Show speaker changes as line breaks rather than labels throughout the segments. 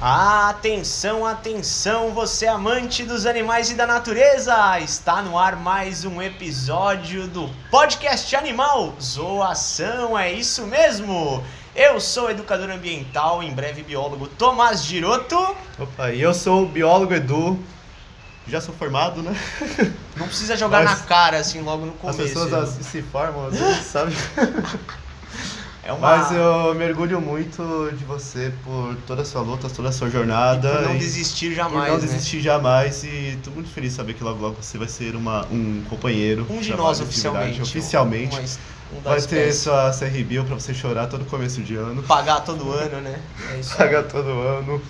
Atenção, atenção, você amante dos animais e da natureza! Está no ar mais um episódio do podcast Animal Zoação, é isso mesmo! Eu sou o educador ambiental, em breve biólogo Tomás Giroto.
Opa, e eu sou o biólogo Edu. Já sou formado, né?
Não precisa jogar
Mas-
na cara assim logo no
As
começo.
pessoas
Edu.
às vezes se formam, às vezes, sabe?
É uma...
Mas eu me orgulho muito de você por toda a sua luta, toda a sua jornada.
Por não
e
desistir
por
jamais,
não
né?
desistir jamais. E tô muito feliz de saber que logo logo você vai ser uma, um companheiro.
Um de
trabalho
nós oficialmente.
atividade, Oficialmente.
Um, mas um da
Vai ter
espécie.
sua CRBio pra você chorar todo começo de ano.
Pagar todo ano, né? É isso. aí.
Pagar todo ano.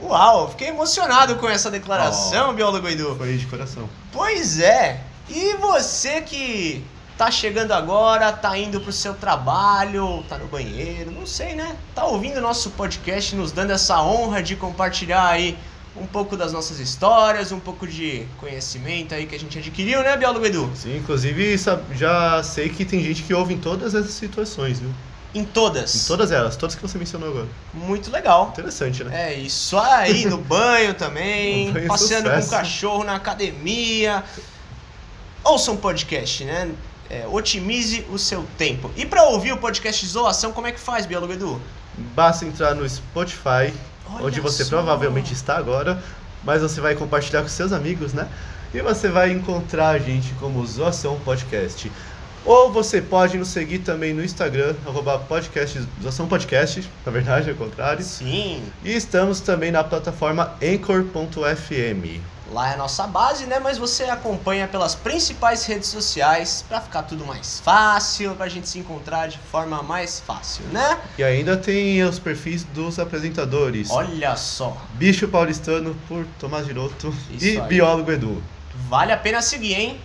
Uau, fiquei emocionado com essa declaração, biólogo Edu.
Foi de coração.
Pois é. E você que tá chegando agora, tá indo pro seu trabalho, tá no banheiro, não sei, né? Tá ouvindo nosso podcast, nos dando essa honra de compartilhar aí um pouco das nossas histórias, um pouco de conhecimento aí que a gente adquiriu, né, biólogo Edu?
Sim, inclusive sa- já sei que tem gente que ouve em todas essas situações, viu?
Em todas.
Em todas elas, todas que você mencionou agora.
Muito legal.
Interessante, né?
É isso aí, no banho também,
No banho é
passeando
sucesso.
com o cachorro na academia. Ouça um podcast, né? É, otimize o seu tempo. E pra ouvir o podcast Zoação, como é que faz, Biólogo Edu?
Basta entrar no Spotify,
Olha
onde você
só.
provavelmente está agora, mas você vai compartilhar com seus amigos, né? E você vai encontrar a gente como Zoação Podcast. Ou você pode nos seguir também no Instagram, arroba podcast, Zoação Podcast, na verdade, é o contrário.
Sim,
E estamos também na plataforma Anchor.fm.
lá é a nossa base, né? Mas você acompanha pelas principais redes sociais pra ficar tudo mais fácil, pra gente se encontrar de forma mais fácil, né?
E ainda tem os perfis dos apresentadores.
Olha só.
Bicho Paulistano por Tomás Giroto
Isso
e
aí.
Biólogo Edu.
Vale a pena seguir, hein?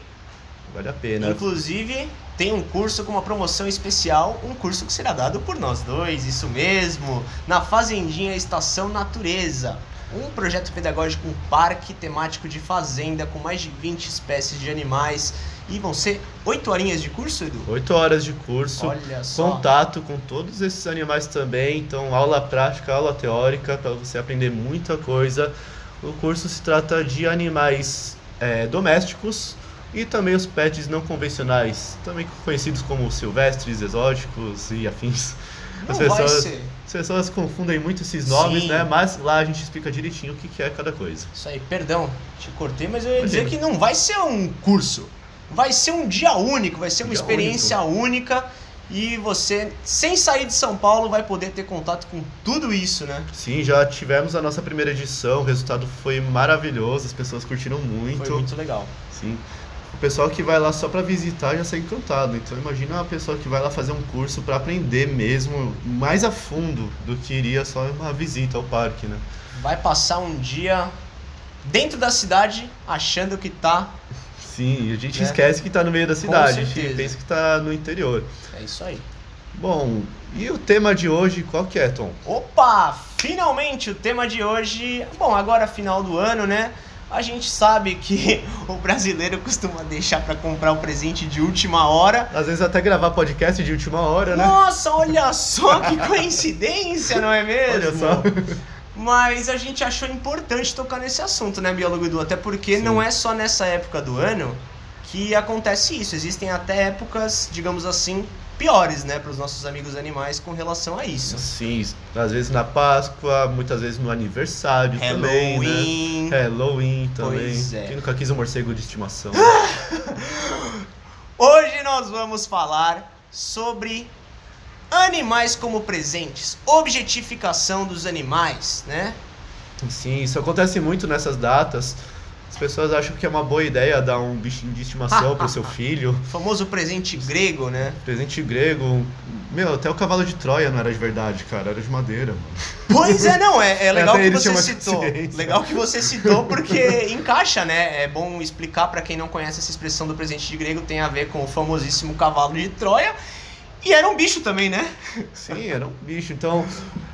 Vale a pena.
Inclusive, tem um curso com uma promoção especial, um curso que será dado por nós dois, isso mesmo, na Fazendinha Estação Natureza. Um projeto pedagógico, um parque temático de fazenda com mais de 20 espécies de animais. E vão ser 8 horinhas de curso, Edu?
8 horas de curso.
Olha só.
Contato com todos esses animais também, então aula prática, aula teórica, para você aprender muita coisa. O curso se trata de animais eh, domésticos e também os pets não convencionais, também conhecidos como silvestres, exóticos e afins.
Não
As
vai
pessoas,
ser.
as pessoas confundem muito esses nomes,
Sim.
né? Mas lá a gente explica direitinho o que que é cada coisa.
Isso aí, perdão, te cortei, mas eu ia dizer
Imagina.
que não vai ser um curso. Vai ser um dia único, vai ser uma
Dia
experiência única e você, sem sair de São Paulo, vai poder ter contato com tudo isso, né?
Sim, já tivemos a nossa primeira edição, o resultado foi maravilhoso, as pessoas curtiram muito.
Foi muito legal.
Sim. O pessoal que vai lá só pra visitar já sai encantado. Então imagina uma pessoa que vai lá fazer um curso pra aprender mesmo mais a fundo do que iria só em uma visita ao parque, né?
Vai passar um dia dentro da cidade achando que tá.
Sim, e a gente
É.
esquece que tá no meio da cidade, a
certeza.
gente pensa que tá no interior.
É isso aí.
Bom, e o tema de hoje qual que é, Tom?
Opa! Finalmente o tema de hoje. Bom, agora final do ano, né? A gente sabe que o brasileiro costuma deixar pra comprar o presente de última hora.
Às vezes até gravar podcast de última hora, né?
Nossa, olha só que coincidência, não é mesmo?
Olha só.
Mas a gente achou importante tocar nesse assunto, né, biólogo Edu? Até porque
Sim.
não é só nessa época do ano que acontece isso. Existem até épocas, digamos assim, piores, né, para os nossos amigos animais com relação a isso.
Sim, às vezes na Páscoa, muitas vezes no aniversário também, né?
Halloween.
Halloween também.
Pois é.
Quem nunca quis um morcego de estimação?
Hoje nós vamos falar sobre animais como presentes, objetificação dos animais, né?
Sim, isso acontece muito nessas datas. As pessoas acham que é uma boa ideia dar um bichinho de estimação pro seu filho.
O famoso presente grego, né?
Presente grego. um- Meu, até o cavalo de Troia não era de verdade, cara. Era de madeira, mano.
Pois é, não, é, é legal
Até
que
ele
você
tinha uma
citou.
consciência.
Legal que você citou porque encaixa, né? É bom explicar pra quem não conhece essa expressão do presente de grego, tem a ver com o famosíssimo cavalo de Troia. E era um bicho também, né?
Sim, era um bicho. Então,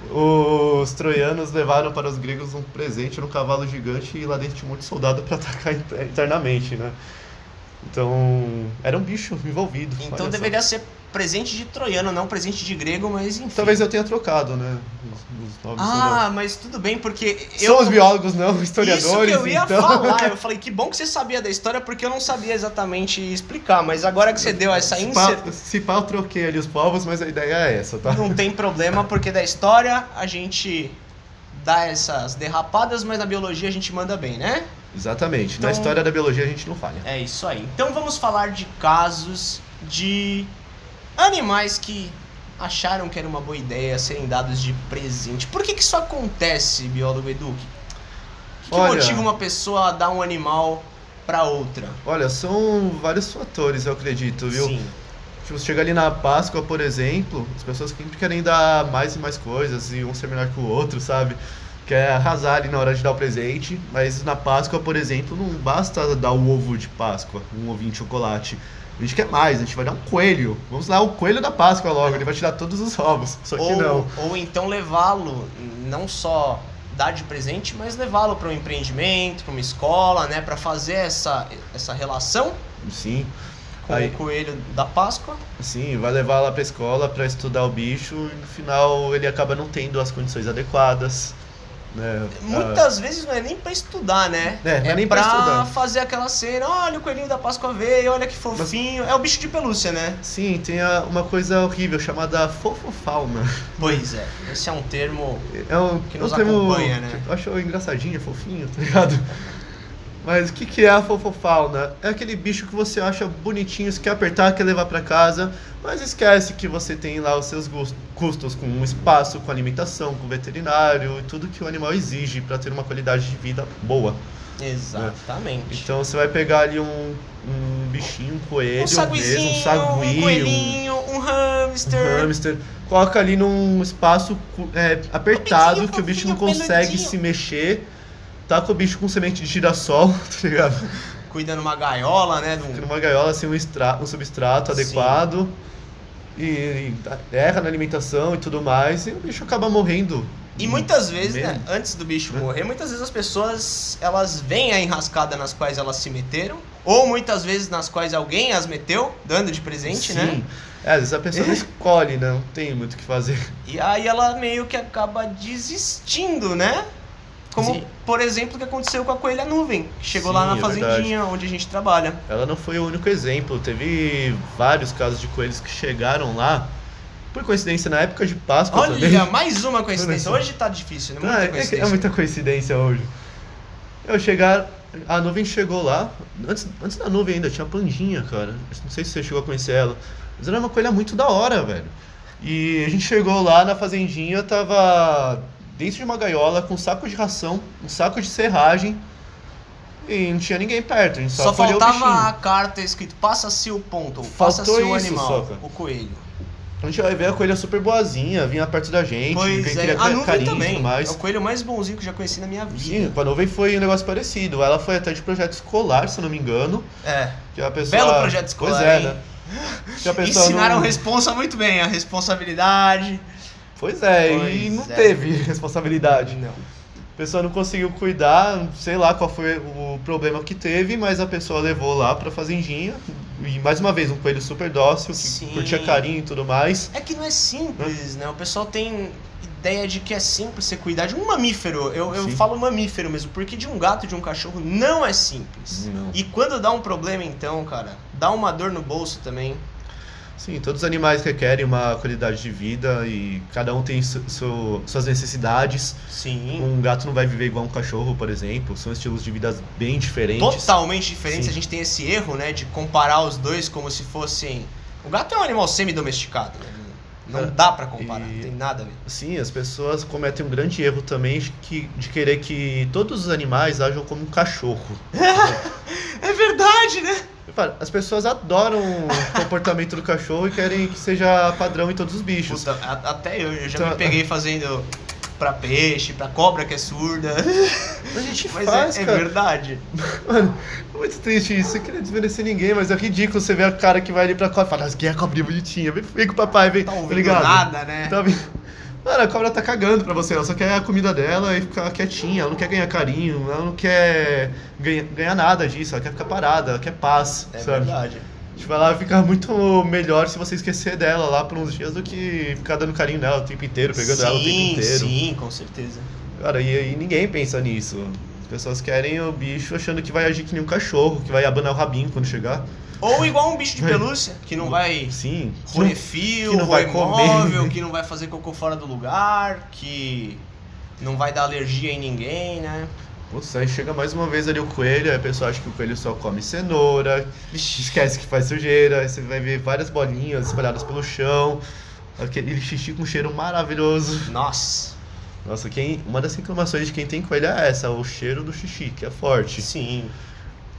os troianos levaram para os gregos um presente num cavalo gigante e lá dentro tinha um monte de soldado pra atacar inter- internamente, né? Então, era um bicho envolvido.
Então
olha só.
deveria ser presente de troiano, não presente de grego, mas enfim.
Talvez eu tenha trocado, né? Os, os nomes
Ah, mas tudo bem, porque
são,
eu.
são os biólogos, não, historiadores.
Isso que eu ia
então...
falar, eu falei que bom que você sabia da história, porque eu não sabia exatamente explicar, mas agora que você deu essa
Se
inserção.
pá, se pá, eu troquei ali os povos, mas a ideia é essa, tá?
Não tem problema, porque da história a gente dá essas derrapadas, mas na biologia a gente manda bem, né?
Exatamente.
Então-
Na história da biologia a gente não falha.
É isso aí. Então vamos falar de casos de animais que acharam que era uma boa ideia serem dados de presente. Por que, que isso acontece, biólogo Edu? O que
Olha-
motiva uma pessoa a dar um animal pra outra?
Olha, são vários fatores, eu acredito, viu?
Sim.
Tipo, você chega ali na Páscoa, por exemplo, as pessoas sempre querem dar mais e mais coisas e um ser melhor que o outro, sabe? Quer arrasar ali na hora de dar o presente, mas na Páscoa, por exemplo, não basta dar o ovo de Páscoa, um ovinho de chocolate. A gente quer mais, a gente vai dar um coelho. Vamos lá, o coelho da Páscoa logo, ele vai tirar todos os ovos. Só que
Ou,
não.
ou então levá-lo, não só dar de presente, mas levá-lo para um empreendimento, para uma escola, né, para fazer essa, essa relação
Sim,
com
Aí.
o coelho da Páscoa.
sim, Assim, vai levar lá pra escola pra estudar o bicho e no final ele acaba não tendo as condições adequadas. Né? Ah,
Muitas vezes não é nem para estudar, né?
É, não é nem pra
pra
estudar.
fazer aquela cena, olha o coelhinho da Páscoa veio, olha que fofinho. É o bicho de pelúcia, né?
Ah, Sim, tem a- uma coisa horrível chamada fofofauna.
Pois é, esse é um termo
É um,
Que nos
um termo
acompanha, né?
que Eu acho engraçadinho, fofinho, tá ligado? Mas o que, que é a fofofauna? É aquele bicho que você acha bonitinho, você quer apertar, quer levar pra casa, mas esquece que você tem lá os seus gus- custos com um espaço, com alimentação, com veterinário e tudo que o animal exige pra ter uma qualidade de vida boa.
Exatamente.
Então você vai pegar ali um, um bichinho, um coelho,
um
um, mesmo,
saguizinho,
um
um,
sagui, um-
coelhinho, um hamster.
Um hamster. Coloca ali num espaço cu- é, apertado
Fofinho,
que o bicho
fofinho,
não consegue
peludinho.
se mexer. Taca o bicho com semente de girassol, tá ligado?
Cuida numa gaiola, né? de um-
Fica Numa gaiola sem um, estra- um substrato
Sim.
adequado. E, e erra na alimentação e tudo mais. E o bicho acaba morrendo.
E muitas vezes,
Hum, Mesmo?
né, antes do bicho
Né?
morrer, muitas vezes as pessoas elas veem a enrascada nas quais elas se meteram, ou muitas vezes nas quais alguém as meteu, dando de presente,
Sim.
né?
É, às vezes a pessoa não escolhe, né? Não tem muito o que fazer.
E aí ela meio que acaba desistindo, né? Como,
Sim.
por exemplo, o que aconteceu com a coelha nuvem, que chegou
Sim,
lá na
é
fazendinha onde a gente trabalha.
Ela não foi o único exemplo. Teve vários casos de coelhos que chegaram lá. Por coincidência, na época de Páscoa também.
Olha, mais uma coincidência. Hoje tá difícil, né?
Ah,
Muita
é que-
coincidência.
É, muita coincidência hoje. Eu chegar. A nuvem chegou lá. Antes, antes da nuvem ainda, tinha a Pandinha, cara. Eu Não sei se você chegou a conhecer ela. Mas era uma coelha muito da hora, velho. E a gente chegou lá na fazendinha, tava dentro de uma gaiola com um saco de ração, um saco de serragem. E não tinha ninguém perto, a gente só,
Só
acolheu o bichinho.
faltava a carta escrito passa-se o ponto, ou passa-se o
Faltou isso
animal,
só, cara.
o coelho.
A gente vai ver a coelha super boazinha, vinha perto da gente,
Pois
ninguém
é,
queria
a
ca-
nuvem
carinho e
também.
tudo
É o
mais.
coelho mais bonzinho que eu já conheci na minha vida.
Sim, com a nuvem foi um negócio parecido. Ela foi até de projeto escolar, se eu não me engano.
É.
Que a pessoa...
Belo projeto escolar,
Pois é,
hein?
né? Que a pessoa
Ensinaram
não...
responsa muito bem, a responsabilidade.
Pois é, e
Pois
não
é.
teve responsabilidade.
Não.
A pessoa não conseguiu cuidar, sei lá qual foi o problema que teve, mas a pessoa levou lá pra fazendinha. E mais uma vez, um coelho super dócil, que
Sim.
curtia carinho e tudo mais.
É que não é simples, né? O pessoal tem ideia de que é simples você cuidar de um mamífero. Eu, eu
Sim.
falo mamífero mesmo, porque de um gato, de um cachorro, não é simples.
Não.
E quando dá um problema, então, cara, dá uma dor no bolso também.
Sim, todos os animais requerem uma qualidade de vida e cada um tem su- su- suas necessidades.
Sim.
Um gato não vai viver igual um cachorro, por exemplo. São estilos de vida bem diferentes.
Totalmente diferente.
Sim.
A gente tem esse erro, né, de comparar os dois como se fossem. O gato é um animal semi-domesticado. né? Não
Cara,
dá pra comparar,
É. e-
não tem nada a ver.
Sim, as pessoas cometem um grande erro também de, que, de querer que todos os animais ajam como um cachorro.
É verdade, né?
Repara, As pessoas adoram o comportamento do cachorro e querem que seja padrão em todos os bichos.
Puta, a- até eu, eu já
Então-
me peguei fazendo pra peixe, pra cobra que é surda.
Mas a gente
Mas
faz,
é, é
cara.
verdade.
Mano, é muito triste isso. Eu queria desmerecer ninguém, mas é ridículo você ver a cara que vai ali pra cobra e fala, que é a cobrinha bonitinha, vem, vem com o papai, vem.
Não tá
tá
ouvindo
ligado?
nada, né?
Tá ouvindo? Mano, a cobra tá cagando pra você, ela só quer a comida dela e ficar quietinha, ela não quer ganhar carinho, ela não quer ganha- ganhar nada disso, ela quer ficar parada, ela quer paz,
É
sabe?
verdade.
Tipo, ela fica muito melhor se você esquecer dela lá por uns dias do que ficar dando carinho nela o tempo inteiro, pegando ela o tempo inteiro.
Sim, com certeza.
Cara, e, e ninguém pensa nisso. As pessoas querem o bicho achando que vai agir que nem um cachorro, que vai abanar o rabinho quando chegar.
Ou igual um bicho de pelúcia, que não vai
Sim. um
roer fio,
que não vai
roer
comer.
móvel, que não vai fazer cocô fora do lugar, que não vai dar alergia em ninguém, né?
Putz, aí chega mais uma vez ali o coelho, aí a pessoa acha que o coelho só come cenoura, esquece que faz sujeira, aí você vai ver várias bolinhas espalhadas pelo chão, aquele xixi com cheiro maravilhoso.
Nossa.
Nossa, quem, uma das reclamações de quem tem coelho é essa, o cheiro do xixi, que é forte.
Sim.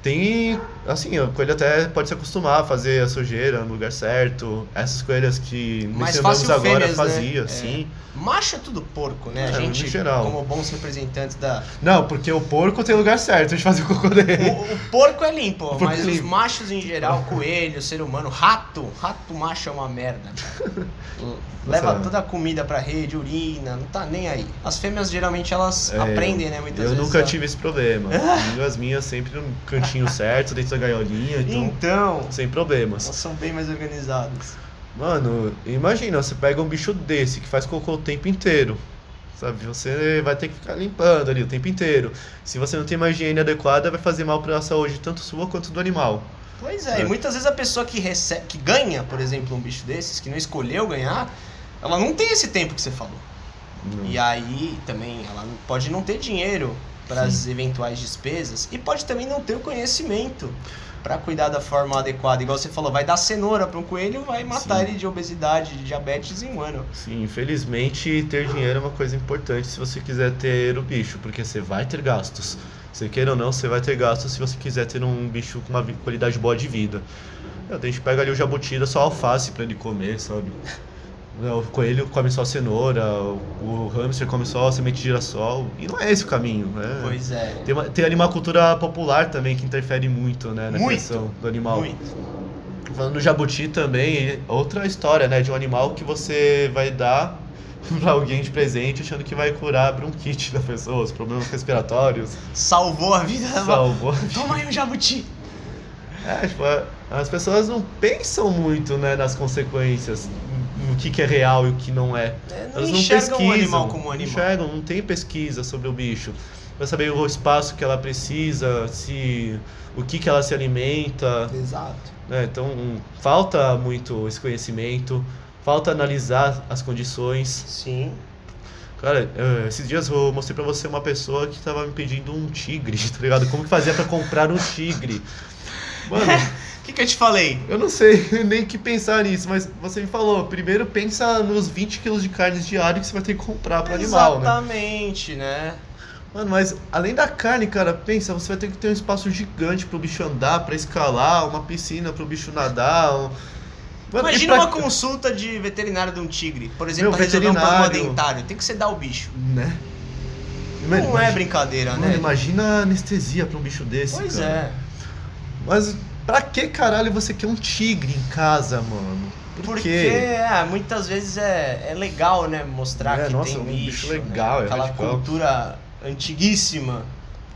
Tem, assim, o coelho até pode se acostumar a fazer a sujeira no lugar certo, essas coelhas que
Mais
mencionamos
fácil
agora
fêmeas, né?
fazia,
É.
sim.
Macho é tudo porco, né?
É,
a gente,
no geral.
como bons representantes da.
Não, porque o porco tem o lugar certo de fazer o cocô dele.
O, o porco é limpo,
porco
mas
é
os
limpo.
machos em geral, coelho, ser humano, rato, rato macho é uma merda. cara. Leva
Nossa.
toda a comida pra rede, urina, não tá nem aí. As fêmeas geralmente elas
É,
aprendem, né? Muitas
Eu
vezes.
nunca
a-
tive esse problema. E As minhas sempre no cantinho certo, dentro da gaiolinha, então
Então,
sem problemas.
elas são bem mais organizadas.
Mano, imagina, você pega um bicho desse que faz cocô o tempo inteiro. Sabe, você vai ter que ficar limpando ali o tempo inteiro. Se você não tem uma higiene adequada, vai fazer mal pra saúde, tanto sua quanto do animal.
Pois é, e
É.
muitas vezes a pessoa que recebe, que ganha, por exemplo, um bicho desses, que não escolheu ganhar, ela não tem esse tempo que você falou. E aí também ela não- pode não ter dinheiro para as eventuais despesas e pode também não ter o conhecimento para cuidar da forma adequada. Igual você falou, vai dar cenoura para um coelho, vai matar
Sim.
ele de obesidade, de diabetes em um ano.
Sim, infelizmente ter dinheiro é uma coisa importante se você quiser ter o bicho, porque você vai ter gastos. Você queira ou não, você vai ter gastos se você quiser ter um bicho com uma vi- qualidade boa de vida. Meu, tem gente que pega ali o jabuti, dá só alface pra ele comer, sabe? Né, O coelho come só cenoura, o o hamster come só semente de girassol. E não é esse o caminho, né?
Pois é.
Tem, uma, tem ali uma cultura popular também que interfere muito, né, na
Muito,
criação do animal.
Muito.
Falando do jabuti também, e outra história, né? De um animal que você vai dar pra alguém de presente achando que vai curar a bronquite da pessoa, os problemas respiratórios,
Salvou a vida da
salvou.
Toma aí um jabuti.
É, tipo, a- as pessoas não pensam muito, né, nas consequências, no que, que é real e o que não é.
É, não
Elas não
enxergam
pesquisam,
o animal como um
não
animal.
enxergam, não tem pesquisa sobre o bicho. Pra saber o espaço que ela precisa, se o que, que ela se alimenta,
Exato.
né? Então um, falta muito esse conhecimento, falta analisar as condições.
Sim.
Cara, eh, esses dias eu mostrei pra você uma pessoa que tava me pedindo um tigre, tá ligado? Como que fazia pra comprar um tigre? Mano,
O que, que eu te falei?
eu não sei nem o que pensar nisso, mas você me falou, primeiro pensa nos 20 quilos de carne diário que você vai ter que comprar pro animal, né?
Exatamente, né?
Mano, mas além da carne, cara, pensa, você vai ter que ter um espaço gigante pro bicho andar, pra escalar, uma piscina pro bicho nadar. um- Mano, e
Imagina
pra-
uma consulta de veterinário de um tigre, por exemplo,
Meu,
pra resolver um problema
veterinário.
dentário. Tem que sedar o bicho.
Né?
Não
Mano,
é
imagi-
brincadeira,
Mano,
né?
imagina a anestesia pra um bicho desse,
Pois
cara.
é.
Mas pra que caralho você quer um tigre em casa, mano? Por
Porque
quê?
é, muitas vezes é, é legal, né? Mostrar
É,
que
nossa,
tem
um
bicho.
bicho
né?
legal, é
Aquela
radical.
cultura antiguíssima,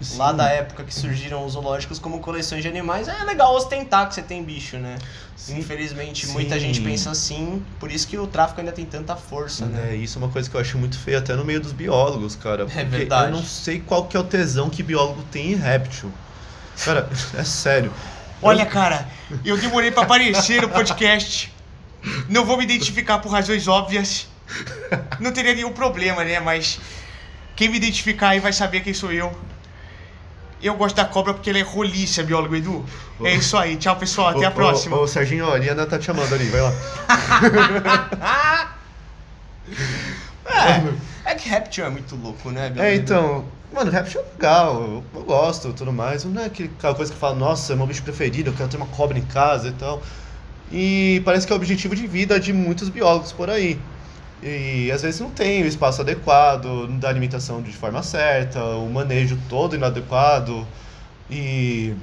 Sim.
lá da época que surgiram os zoológicos como coleções de animais. É legal ostentar que você tem bicho, né?
Sim.
Infelizmente,
Sim.
muita gente pensa assim. Por isso que o tráfico ainda tem tanta força, né? É
É, isso é uma coisa que eu acho muito feia até no meio dos biólogos, cara. Porque
verdade.
eu não sei qual que é o tesão que biólogo tem em réptil. Cara, é sério.
Olha, cara, eu demorei pra aparecer no podcast. Não vou me identificar por razões óbvias. Não teria nenhum problema, né? Mas quem me identificar aí vai saber quem sou eu. Eu gosto da cobra porque ela é roliça, biólogo Edu. É isso aí. Tchau, pessoal. Até a
Ô, ô,
próxima.
Ô, Serginho, ó, a Liana tá te chamando ali, vai lá.
É, é que Reptil é muito louco, né,
É, então, mano, réptil é legal, eu, eu gosto e tudo mais. Não é aquele- aquela coisa que fala, nossa, é meu bicho preferido, eu quero ter uma cobra em casa e tal. E parece que é o objetivo de vida de muitos biólogos por aí. E às vezes não tem o espaço adequado, não dá alimentação de forma certa, o manejo todo inadequado. E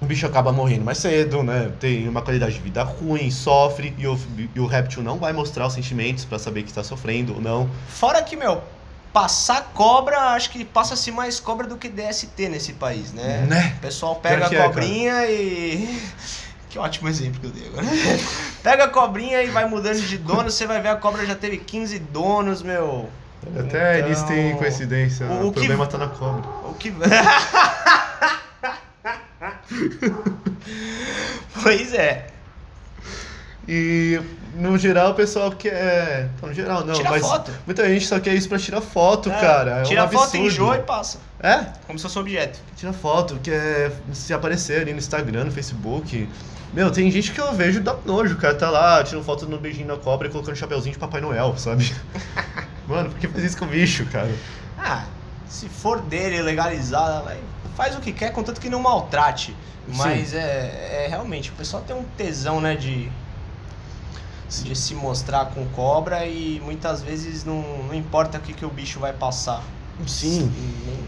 o bicho acaba morrendo mais cedo, né? Tem uma qualidade de vida ruim, sofre, e o, e o réptil não vai mostrar os sentimentos pra saber que está sofrendo ou não.
Fora que, meu, passar cobra, acho que passa-se mais cobra do que DST nesse país,
Né?
O pessoal
Pior
pega
que é,
a cobrinha e Que ótimo exemplo que eu dei agora. Pega a cobrinha e vai mudando de dono, você vai ver a cobra já teve 15 donos, meu.
Até
Então,
eles têm coincidência.
o-
O,
o que-
problema tá na cobra.
O que. pois é.
E no geral o pessoal que é. No geral não,
Tira
mas.
foto.
Muita gente só quer isso pra tirar foto,
É,
cara. É
Tira
um
a foto,
absurdo.
enjoa e passa.
É?
Como se fosse um objeto.
Tira foto, quer se aparecer ali no Instagram, no Facebook. Meu, tem gente que eu vejo dá nojo, cara. Tá lá, tirando foto no beijinho na cobra e colocando chapeuzinho de Papai Noel, sabe? Mano, por que faz isso com o bicho, cara?
Ah, se for dele legalizar, vai- faz o que quer, contanto que não maltrate. Mas é, é realmente, o pessoal tem um tesão, né, de, de se mostrar com cobra e muitas vezes não, não importa o que, que o bicho vai passar.
Sim.
Nem,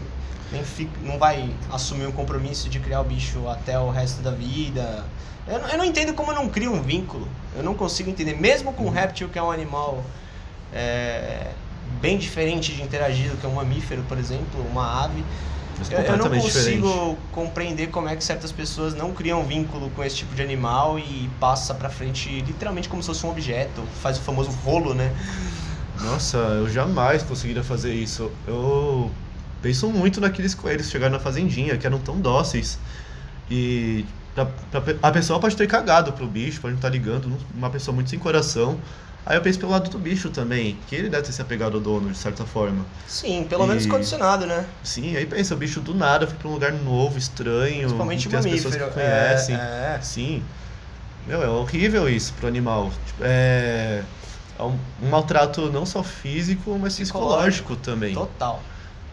nem fica- não vai assumir o compromisso de criar o bicho até o resto da vida. Eu, não- eu não entendo como eu não crio um vínculo. Eu não consigo entender. Mesmo com o réptil, que é um animal é, bem diferente de interagir do que um mamífero, por exemplo, uma ave.
Mas
É, Eu, eu não
completamente
consigo
diferente.
compreender como é que certas pessoas não criam um vínculo com esse tipo de animal e passa pra frente literalmente como se fosse um objeto. Faz o famoso rolo, né?
Nossa, eu jamais conseguiria fazer isso. Eu penso muito naqueles coelhos que chegaram na fazendinha, que eram tão dóceis. E pra- pra pe- a pessoa pode ter cagado pro bicho, pode não estar ligando, não- uma pessoa muito sem coração. Aí eu penso pelo lado do bicho também, que ele deve ter se apegado ao dono, de certa forma.
Sim, pelo menos
E-
condicionado, né?
Sim, aí pensa, o bicho do nada foi pra um lugar novo, estranho,
Principalmente
não
o
tem as pessoas
mamífero.
que conhecem.
É, é.
Sim. Meu, é horrível isso pro animal. Tipo, É, é um, um maltrato não só físico, mas psicológico, também.
Total.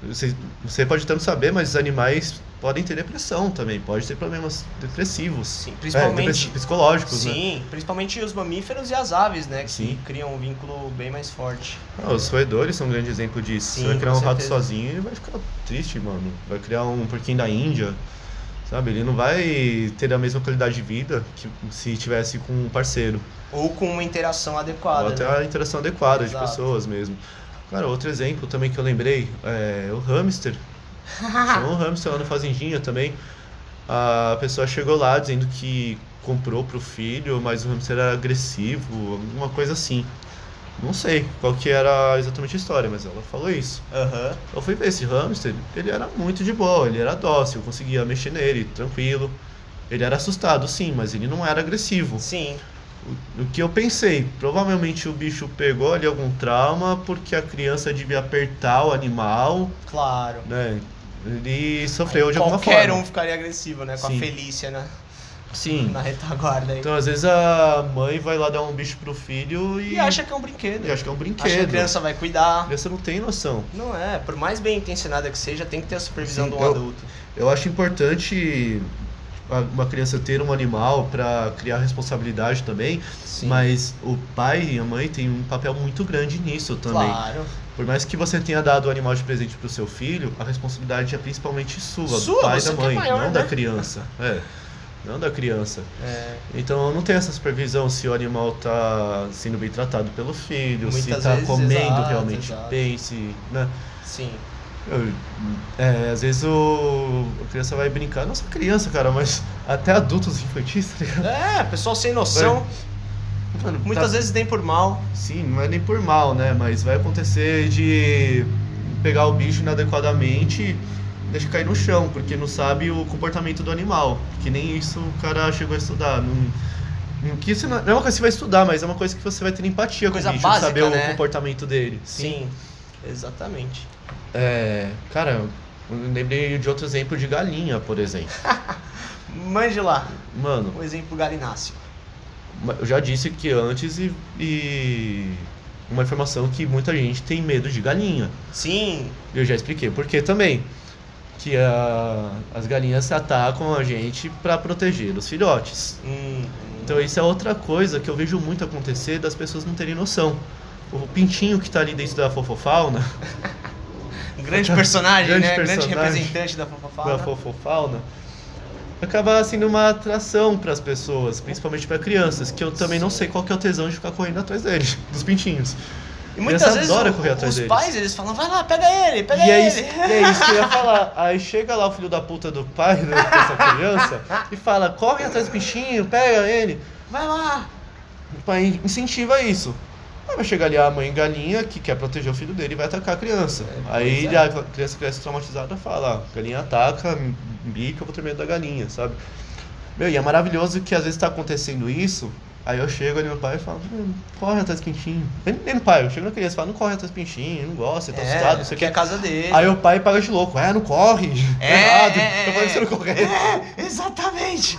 Você, você pode até não saber, mas os animais podem ter depressão também, pode ter problemas depressivos.
Sim,
É,
principalmente.
depressivos psicológicos, né?
Sim, principalmente os mamíferos e as aves, né? Que
Sim.
criam um vínculo bem mais forte.
Ah, os roedores são um grande exemplo disso.
Sim,
você vai criar
com
um rato
certeza.
sozinho, ele vai ficar triste, mano. Vai criar um porquinho da Índia, sabe? Ele não vai ter a mesma qualidade de vida que se tivesse com um parceiro.
Ou com uma interação
Ou
adequada.
até
né?
a interação adequada
Exato.
de pessoas mesmo. Cara, outro exemplo também que eu lembrei é o hamster. Tinha um hamster lá na fazendinha também. A pessoa chegou lá dizendo que comprou pro filho, mas o hamster era agressivo, alguma coisa assim. Não sei qual que era exatamente a história, mas ela falou isso.
Aham.
Eu fui ver esse hamster, ele era muito de boa, ele era dócil, eu conseguia mexer nele, tranquilo. Ele era assustado, sim, mas ele não era agressivo.
Sim.
O que eu pensei, provavelmente o bicho pegou ali algum trauma porque a criança devia apertar o animal,
Claro.
né? Ele sofreu de alguma
Qualquer
forma.
um ficaria agressivo, né? Com a
Sim.
Felícia na,
Sim.
na retaguarda aí.
Então às vezes a mãe vai lá dar um bicho pro filho e,
E acha que é um brinquedo.
e acha que é um
Acha que a
brinquedo.
criança tá- vai cuidar.
A criança não tem noção.
Não é, por mais bem intencionada que seja, tem que ter a supervisão
Sim,
de um
eu-
adulto.
Eu acho importante a- uma criança ter um animal pra criar responsabilidade também,
Sim.
mas o pai e a mãe têm um papel muito grande nisso também.
Claro.
Por mais que você tenha dado o animal de presente pro seu filho, a responsabilidade é principalmente sua,
Sua,
do pai e
você
da
que é
mãe,
maior,
não
né?
da criança. É, não da criança.
É,
Então não tem essa supervisão se o animal tá sendo bem tratado pelo filho, se
Muitas
tá
vezes,
comendo
exato,
realmente
exato.
bem, se. Né?
sim.
Eu- é, às vezes o, a criança vai brincar, não só criança, cara, mas até adultos infantis, tá ligado?
É, pessoal sem noção,
Mano, tá-
muitas vezes nem por mal.
Sim, não é nem por mal, né? Mas vai acontecer de pegar o bicho inadequadamente e deixar cair no chão, porque não sabe o comportamento do animal. Que nem isso o cara chegou a estudar. Não, não, que isso não não é uma coisa que você vai estudar, mas é uma coisa que você vai ter empatia
Coisa
com o bicho,
básica,
saber
né?
o comportamento dele.
Sim, exatamente.
É, cara, eu lembrei de outro exemplo de galinha, por exemplo.
Mande lá,
Mano,
um exemplo galináceo.
eu já disse que antes e, e uma informação que muita gente tem medo de galinha.
Sim,
Eu já expliquei por que também. Que a- as galinhas atacam a gente para proteger os filhotes.
hum,
Então isso é outra coisa que eu vejo muito acontecer das pessoas não terem noção. O pintinho que tá ali dentro da fofofauna,
um grande personagem,
Grande
né? Grande
personagem.
representante da Fofafala.
da fofofauna, acaba sendo uma atração para as pessoas, principalmente para crianças, que eu também não
Sim.
sei qual que é o tesão de ficar correndo atrás deles, dos pintinhos.
E
criança
muitas vezes
adora
o-
correr atrás
os
deles.
pais eles falam, vai lá, pega ele, pega
E é, isso,
ele.
e é isso que eu ia falar. Aí chega lá o filho da puta do pai né, dessa criança e fala: corre atrás do bichinho, pega ele.
Vai lá.
O pai incentiva isso. Aí vai chegar ali a mãe galinha que quer proteger o filho dele e vai atacar a criança.
É,
Aí
pois é.
a criança cresce traumatizada e fala: "Ah, galinha ataca, me bica, eu vou ter medo da galinha, sabe? Meu, e é maravilhoso que às vezes tá acontecendo isso. Aí eu chego ali no pai e falo, "Hum, corre atrás do pintinho. Nem nem no pai, eu chego na criança e falo, não corre atrás do pintinho, eu não gosta, você tá assustado, não sei o
aqui é
que.
a casa dele.
Aí o pai paga de louco, é, não corre, tá
É,
errado,
é, é,
eu falei, você não corre.
É, exatamente.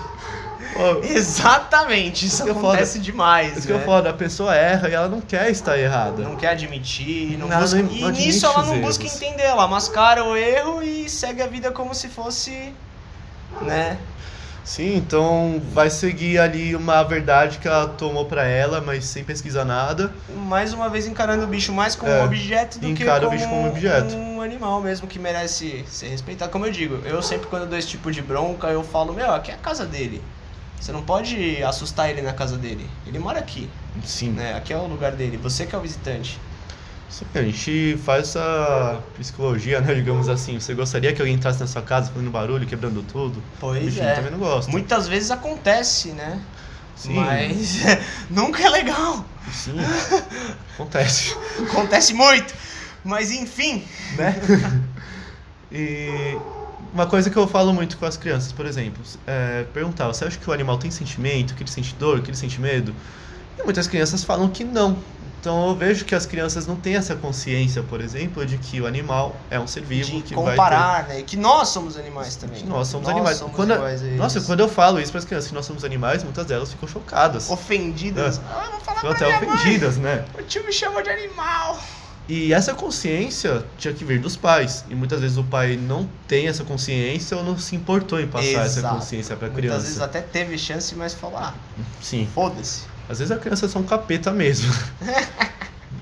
Ó,
Exatamente. Isso
Isso que é
acontece demais.
Isso que é eu
né?
falo, a pessoa erra e ela não quer estar errada.
Não quer admitir, não
Ela
busca...
não
e
admite
nisso ela
os
não busca
erros.
entender, ela mascara o erro e segue a vida como se fosse, né?
Sim, então vai seguir ali uma verdade que ela tomou pra ela, mas sem pesquisar nada.
Mais uma vez encarando o bicho mais como
É,
um objeto do que
encara
como,
o bicho como um objeto.
um animal mesmo que merece ser respeitado. Como eu digo, eu sempre quando eu dou esse tipo de bronca, eu falo, meu, aqui é a casa dele. Você não pode assustar ele na casa dele. Ele mora aqui,
Sim.
né? Aqui é o lugar dele. Você que é o visitante.
Sim, a gente faz essa psicologia, né? Digamos assim, você gostaria que alguém entrasse na sua casa fazendo barulho, quebrando tudo?
Pois
Enfim,
é.
também não gosta.
Muitas vezes acontece, né?
Sim,
Mas nunca é legal.
sim. Acontece,
Acontece muito. Mas enfim.
né? E uma coisa que eu falo muito com as crianças, por exemplo, é perguntar, você acha que o animal tem sentimento, que ele sente dor, que ele sente medo? E muitas crianças falam que não. Então eu vejo que as crianças não têm essa consciência, por exemplo, de que o animal é um ser vivo
de
que vai
comparar, né? E Que nós somos animais também.
Que nós somos animais.
somos
Quando a-
iguais a
ter.
eles.
Nossa, quando eu falo isso para as crianças que nós somos animais, muitas delas ficam chocadas.
Ofendidas. Ah, eu vou falar
Ficam
pra
até
minha
ofendidas, né?
mãe. O tio me chamou de animal.
E essa consciência tinha que vir dos pais. E muitas vezes o pai não tem essa consciência ou não se importou em passar essa
Exato.
consciência para a
Muitas vezes
criança.
até teve chance, mas falou, ah,
Sim.
foda-se.
Às vezes a criança é só um capeta mesmo.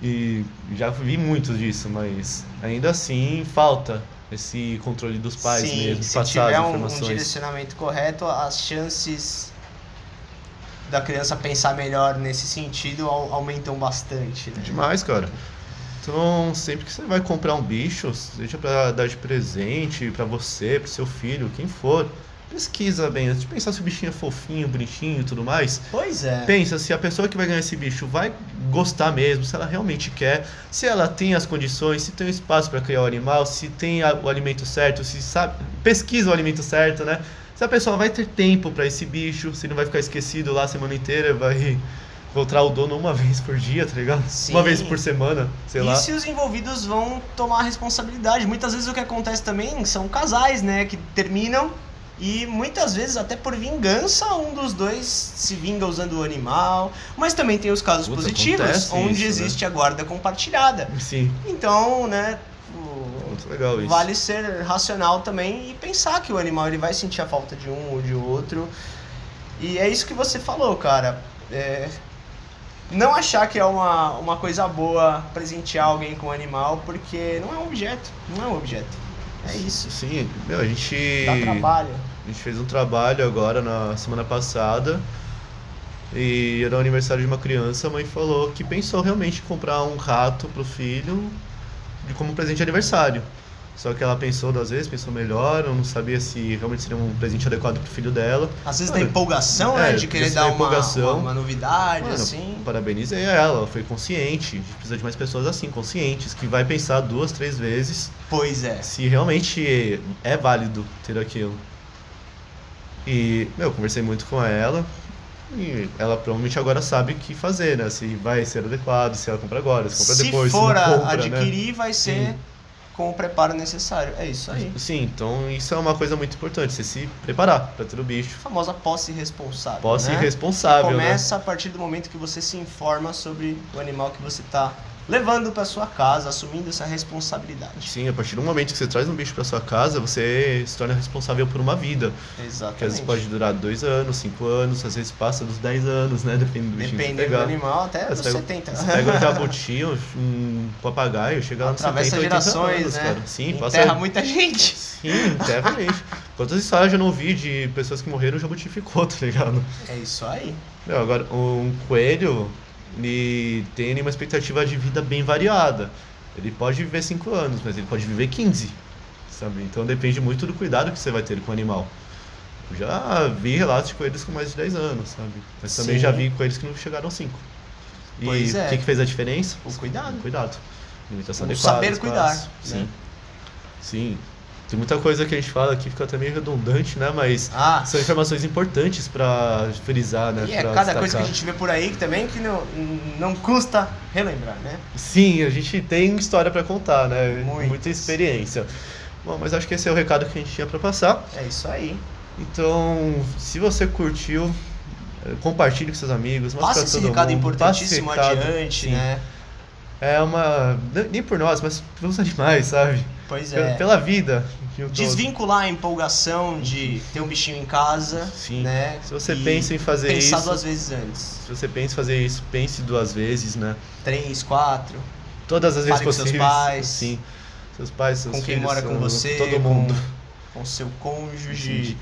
e já vi muito disso, mas ainda assim falta esse controle dos pais
Sim,
mesmo,
se
passar
tiver
as
um- um,
informações.
direcionamento correto, as chances da criança pensar melhor nesse sentido au- aumentam bastante, né?
Demais, cara. Então, sempre que você vai comprar um bicho, seja pra dar de presente pra você, pro seu filho, quem for, pesquisa bem. Antes de pensar se o bichinho é fofinho, bonitinho e tudo mais,
Pois é.
Pensa se a pessoa que vai ganhar esse bicho vai gostar mesmo, se ela realmente quer, se ela tem as condições, se tem o espaço para criar o animal, se tem a- o alimento certo, se sabe, pesquisa o alimento certo, né? Se a pessoa vai ter tempo para esse bicho, se não vai ficar esquecido lá a semana inteira, vai encontrar o dono uma vez por dia, tá ligado?
Sim.
Uma vez por semana, sei
e
lá.
se os envolvidos vão tomar a responsabilidade? Muitas vezes o que acontece também são casais, né? Que terminam e muitas vezes até por vingança um dos dois se vinga usando o animal. Mas também tem os casos
Puta,
positivos,
acontece
onde
isso, né?
existe a guarda compartilhada.
Sim,
Então, né? o-
muito legal isso.
Vale ser racional também e pensar que o animal ele vai sentir a falta de um ou de outro. E é isso que você falou, cara. É, Não achar que é uma, uma coisa boa presentear alguém com um animal, porque não é um objeto. Não é um objeto. É isso.
Sim, meu, a gente
Dá trabalho.
A gente fez um trabalho agora na semana passada e era o aniversário de uma criança. A mãe falou que pensou realmente em comprar um rato pro filho de como um presente de aniversário. Só que ela pensou duas vezes, pensou melhor, eu não sabia se realmente seria um presente adequado pro filho dela.
Às vezes da
Mano,
empolgação, né?
é,
De querer
isso da
dar uma, uma,
empolgação.
uma novidade,
Mano,
assim.
Parabenizei ela, ela foi consciente. A gente precisa de mais pessoas assim, conscientes, que vai pensar duas, três vezes
Pois é.
se realmente é válido ter aquilo. E, meu, eu conversei muito com ela. E ela provavelmente agora sabe o que fazer, né? Se vai ser adequado, se ela compra agora, se compra
Se
depois,
for
se
a-
não compra, né?
adquirir, vai ser
Sim.
com o preparo necessário. É isso aí.
Sim, então isso é uma coisa muito importante, você se preparar pra ter o bicho.
A famosa posse responsável.
Posse
né?
responsável, né?
Começa a partir do momento que você se informa sobre o animal que você está levando para sua casa, assumindo essa responsabilidade.
Sim, a partir do momento que você traz um bicho pra sua casa, você se torna responsável por uma vida. Que às
Exatamente.
vezes pode durar dois anos, cinco anos, às vezes passa dos 10 anos, né? Dependendo do bicho que você
Dependendo do
pegar.
animal, até dos
Você pega-
70.
Você pega um jabuti, um- um papagaio, chega lá nos
Atravessa
70, 80
gerações,
anos,
né?
cara. Sim, passa...
Enterra muita gente.
Sim, internamente. Quantas histórias eu já não vi de pessoas que morreram e o jabuti ficou, tá ligado?
É isso aí.
Meu, agora, um coelho, ele tem uma expectativa de vida bem variada. Ele pode viver 5 anos, mas ele pode viver 15, sabe? Então depende muito do cuidado que você vai ter com o animal. Eu já vi relatos de coelhos com mais de 10 anos, sabe? Mas também
Sim.
já vi coelhos que não chegaram aos 5. E
Pois é.
o que, que fez a diferença?
O cuidado.
cuidado. Limitação
O
adequada.
saber cuidar,
espaço. Sim.
né?
Sim. Tem muita coisa que a gente fala aqui, fica até meio redundante, né? Mas
Ah,
são informações importantes pra frisar, né?
e é
pra
cada coisa que
destacar.
a gente vê por aí que também que não, não custa relembrar, né?
Sim, a gente tem história pra contar, né?
Muitas.
Muita experiência. Bom, mas acho que esse é o recado que a gente tinha pra passar.
É isso aí.
Então, se você curtiu, eh, compartilhe com seus amigos, mostre
Passa
pra
esse
todo
recado
mundo, passa esse
importantíssimo
recado.
adiante,
Sim.
né?
É uma. Nem por nós, mas pelos animais, sabe?
Pois
Pela-
é.
Pela vida. de um todo.
Desvincular a empolgação de ter um bichinho em casa,
Sim.
né?
Se você
E
pensa em fazer
pensar
isso,
duas vezes antes.
se você pensa em fazer isso, pense duas vezes, né?
Três, quatro,
Todas as vezes
Fale com seus
possíveis.
pais.
Sim. Seus pais, seus
com quem
filhos,
mora com
seu-
você,
todo
com-
mundo.
com seu cônjuge.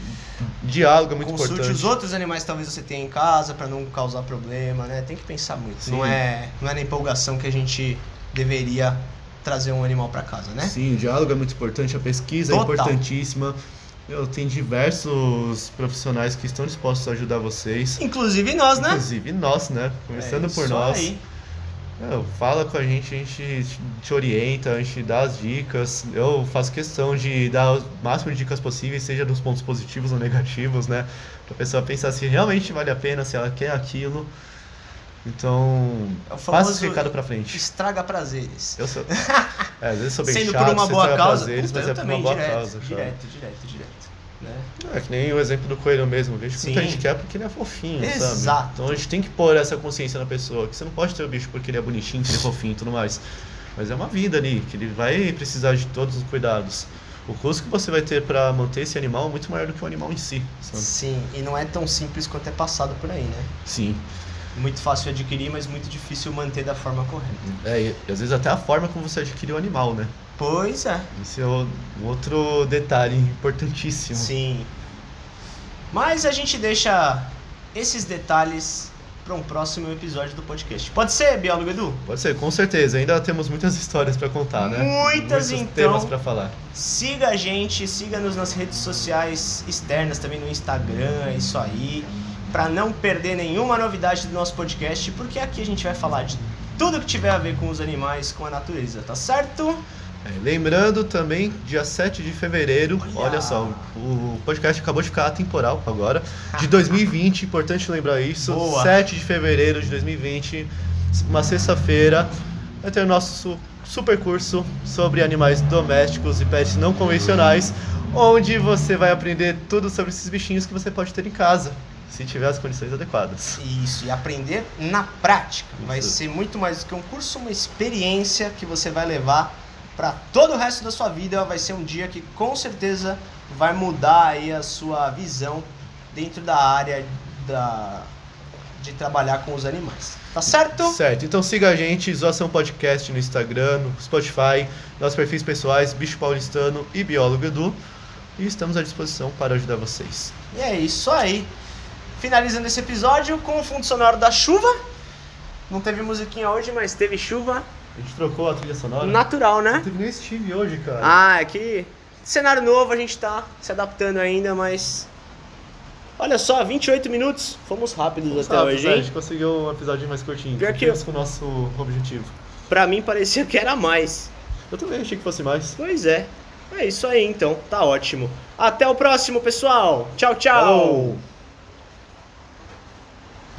Diálogo é muito
Consulte
importante.
os outros animais que talvez você tenha em casa para não causar problema, né? Tem que pensar muito.
Sim.
Não é, não é na empolgação que a gente deveria trazer um animal para casa, né?
Sim, o diálogo é muito importante, a pesquisa
Total.
é importantíssima. Eu tenho diversos profissionais que estão dispostos a ajudar vocês.
Inclusive nós, né?
Inclusive nós, né? Começando
É
por
isso
nós.
aí.
Não, fala com a gente, a gente te orienta, a gente dá as dicas. Eu faço questão de dar o máximo de dicas possíveis, seja dos pontos positivos ou negativos, né? Pra pessoa pensar se realmente vale a pena, se ela quer aquilo. Então,
É o famoso
passa esse recado pra frente.
estraga prazeres.
Eu sou. É, às vezes sou bem
Sendo
chato,
por uma
você
boa
traga
causa,
prazeres,
puta,
mas
eu
é por
também,
uma boa
direto,
causa, cara.
direto, direto, direto, né?
É que nem o exemplo do coelho mesmo. Vejo que muita
Sim.
gente quer porque ele é fofinho,
Exato.
sabe? Então a gente tem que pôr essa consciência na pessoa, que você não pode ter o bicho porque ele é bonitinho, que ele é fofinho e tudo mais. Mas é uma vida ali, que ele vai precisar de todos os cuidados. O custo que você vai ter pra manter esse animal é muito maior do que o animal em si, sabe?
Sim, e não é tão simples quanto é passado por aí, né?
Sim.
Muito fácil adquirir, mas muito difícil manter da forma correta.
É, e às vezes até a forma como você adquire o animal, né?
Pois é.
Esse é o- um outro detalhe importantíssimo.
Sim. Mas a gente deixa esses detalhes para um próximo episódio do podcast. Pode ser, biólogo Edu?
Pode ser, com certeza. Ainda temos muitas histórias pra contar, né?
Muitas,
Muitos
então.
temas pra falar.
Siga a gente, siga-nos nas redes sociais externas, também no Instagram, é isso aí, para não perder nenhuma novidade do nosso podcast, porque aqui a gente vai falar de tudo que tiver a ver com os animais, com a natureza, tá certo?
É, Lembrando também, dia 7 de fevereiro,
Olha!
olha, só, o podcast acabou de ficar atemporal agora, de 2020, importante lembrar isso.
Boa.
7 de fevereiro de 2020, uma sexta-feira, vai ter o nosso super curso sobre animais domésticos e pets não convencionais, onde você vai aprender tudo sobre esses bichinhos que você pode ter em casa, se tiver as condições adequadas.
Isso, e aprender na prática. Vai
Isso.
ser muito mais do que um curso, uma experiência que você vai levar para todo o resto da sua vida. Vai ser um dia que com certeza vai mudar aí a sua visão dentro da área da... de trabalhar com os animais. Tá certo?
Certo, então siga a gente, Zoação Podcast no Instagram, no Spotify, nossos perfis pessoais, Bicho Paulistano e Biólogo Edu. E estamos à disposição para ajudar vocês.
E é isso aí. Finalizando esse episódio com o fundo sonoro da chuva. Não teve musiquinha hoje, mas teve chuva
A gente trocou a trilha sonora?
natural, né?
Não teve nem Steve hoje, cara.
Ah, é que cenário novo, a gente tá se adaptando ainda, mas. Olha só, 28 minutos, fomos rápidos até
Sabe,
hoje,
né? A
hein?
gente conseguiu um episódio mais curtinho.
Pior que
Cumprimos com o nosso objetivo.
Pra mim parecia que era mais.
Eu também achei que fosse mais.
Pois é. É isso aí então, tá ótimo. Até o próximo, pessoal. Tchau, tchau.
Falou.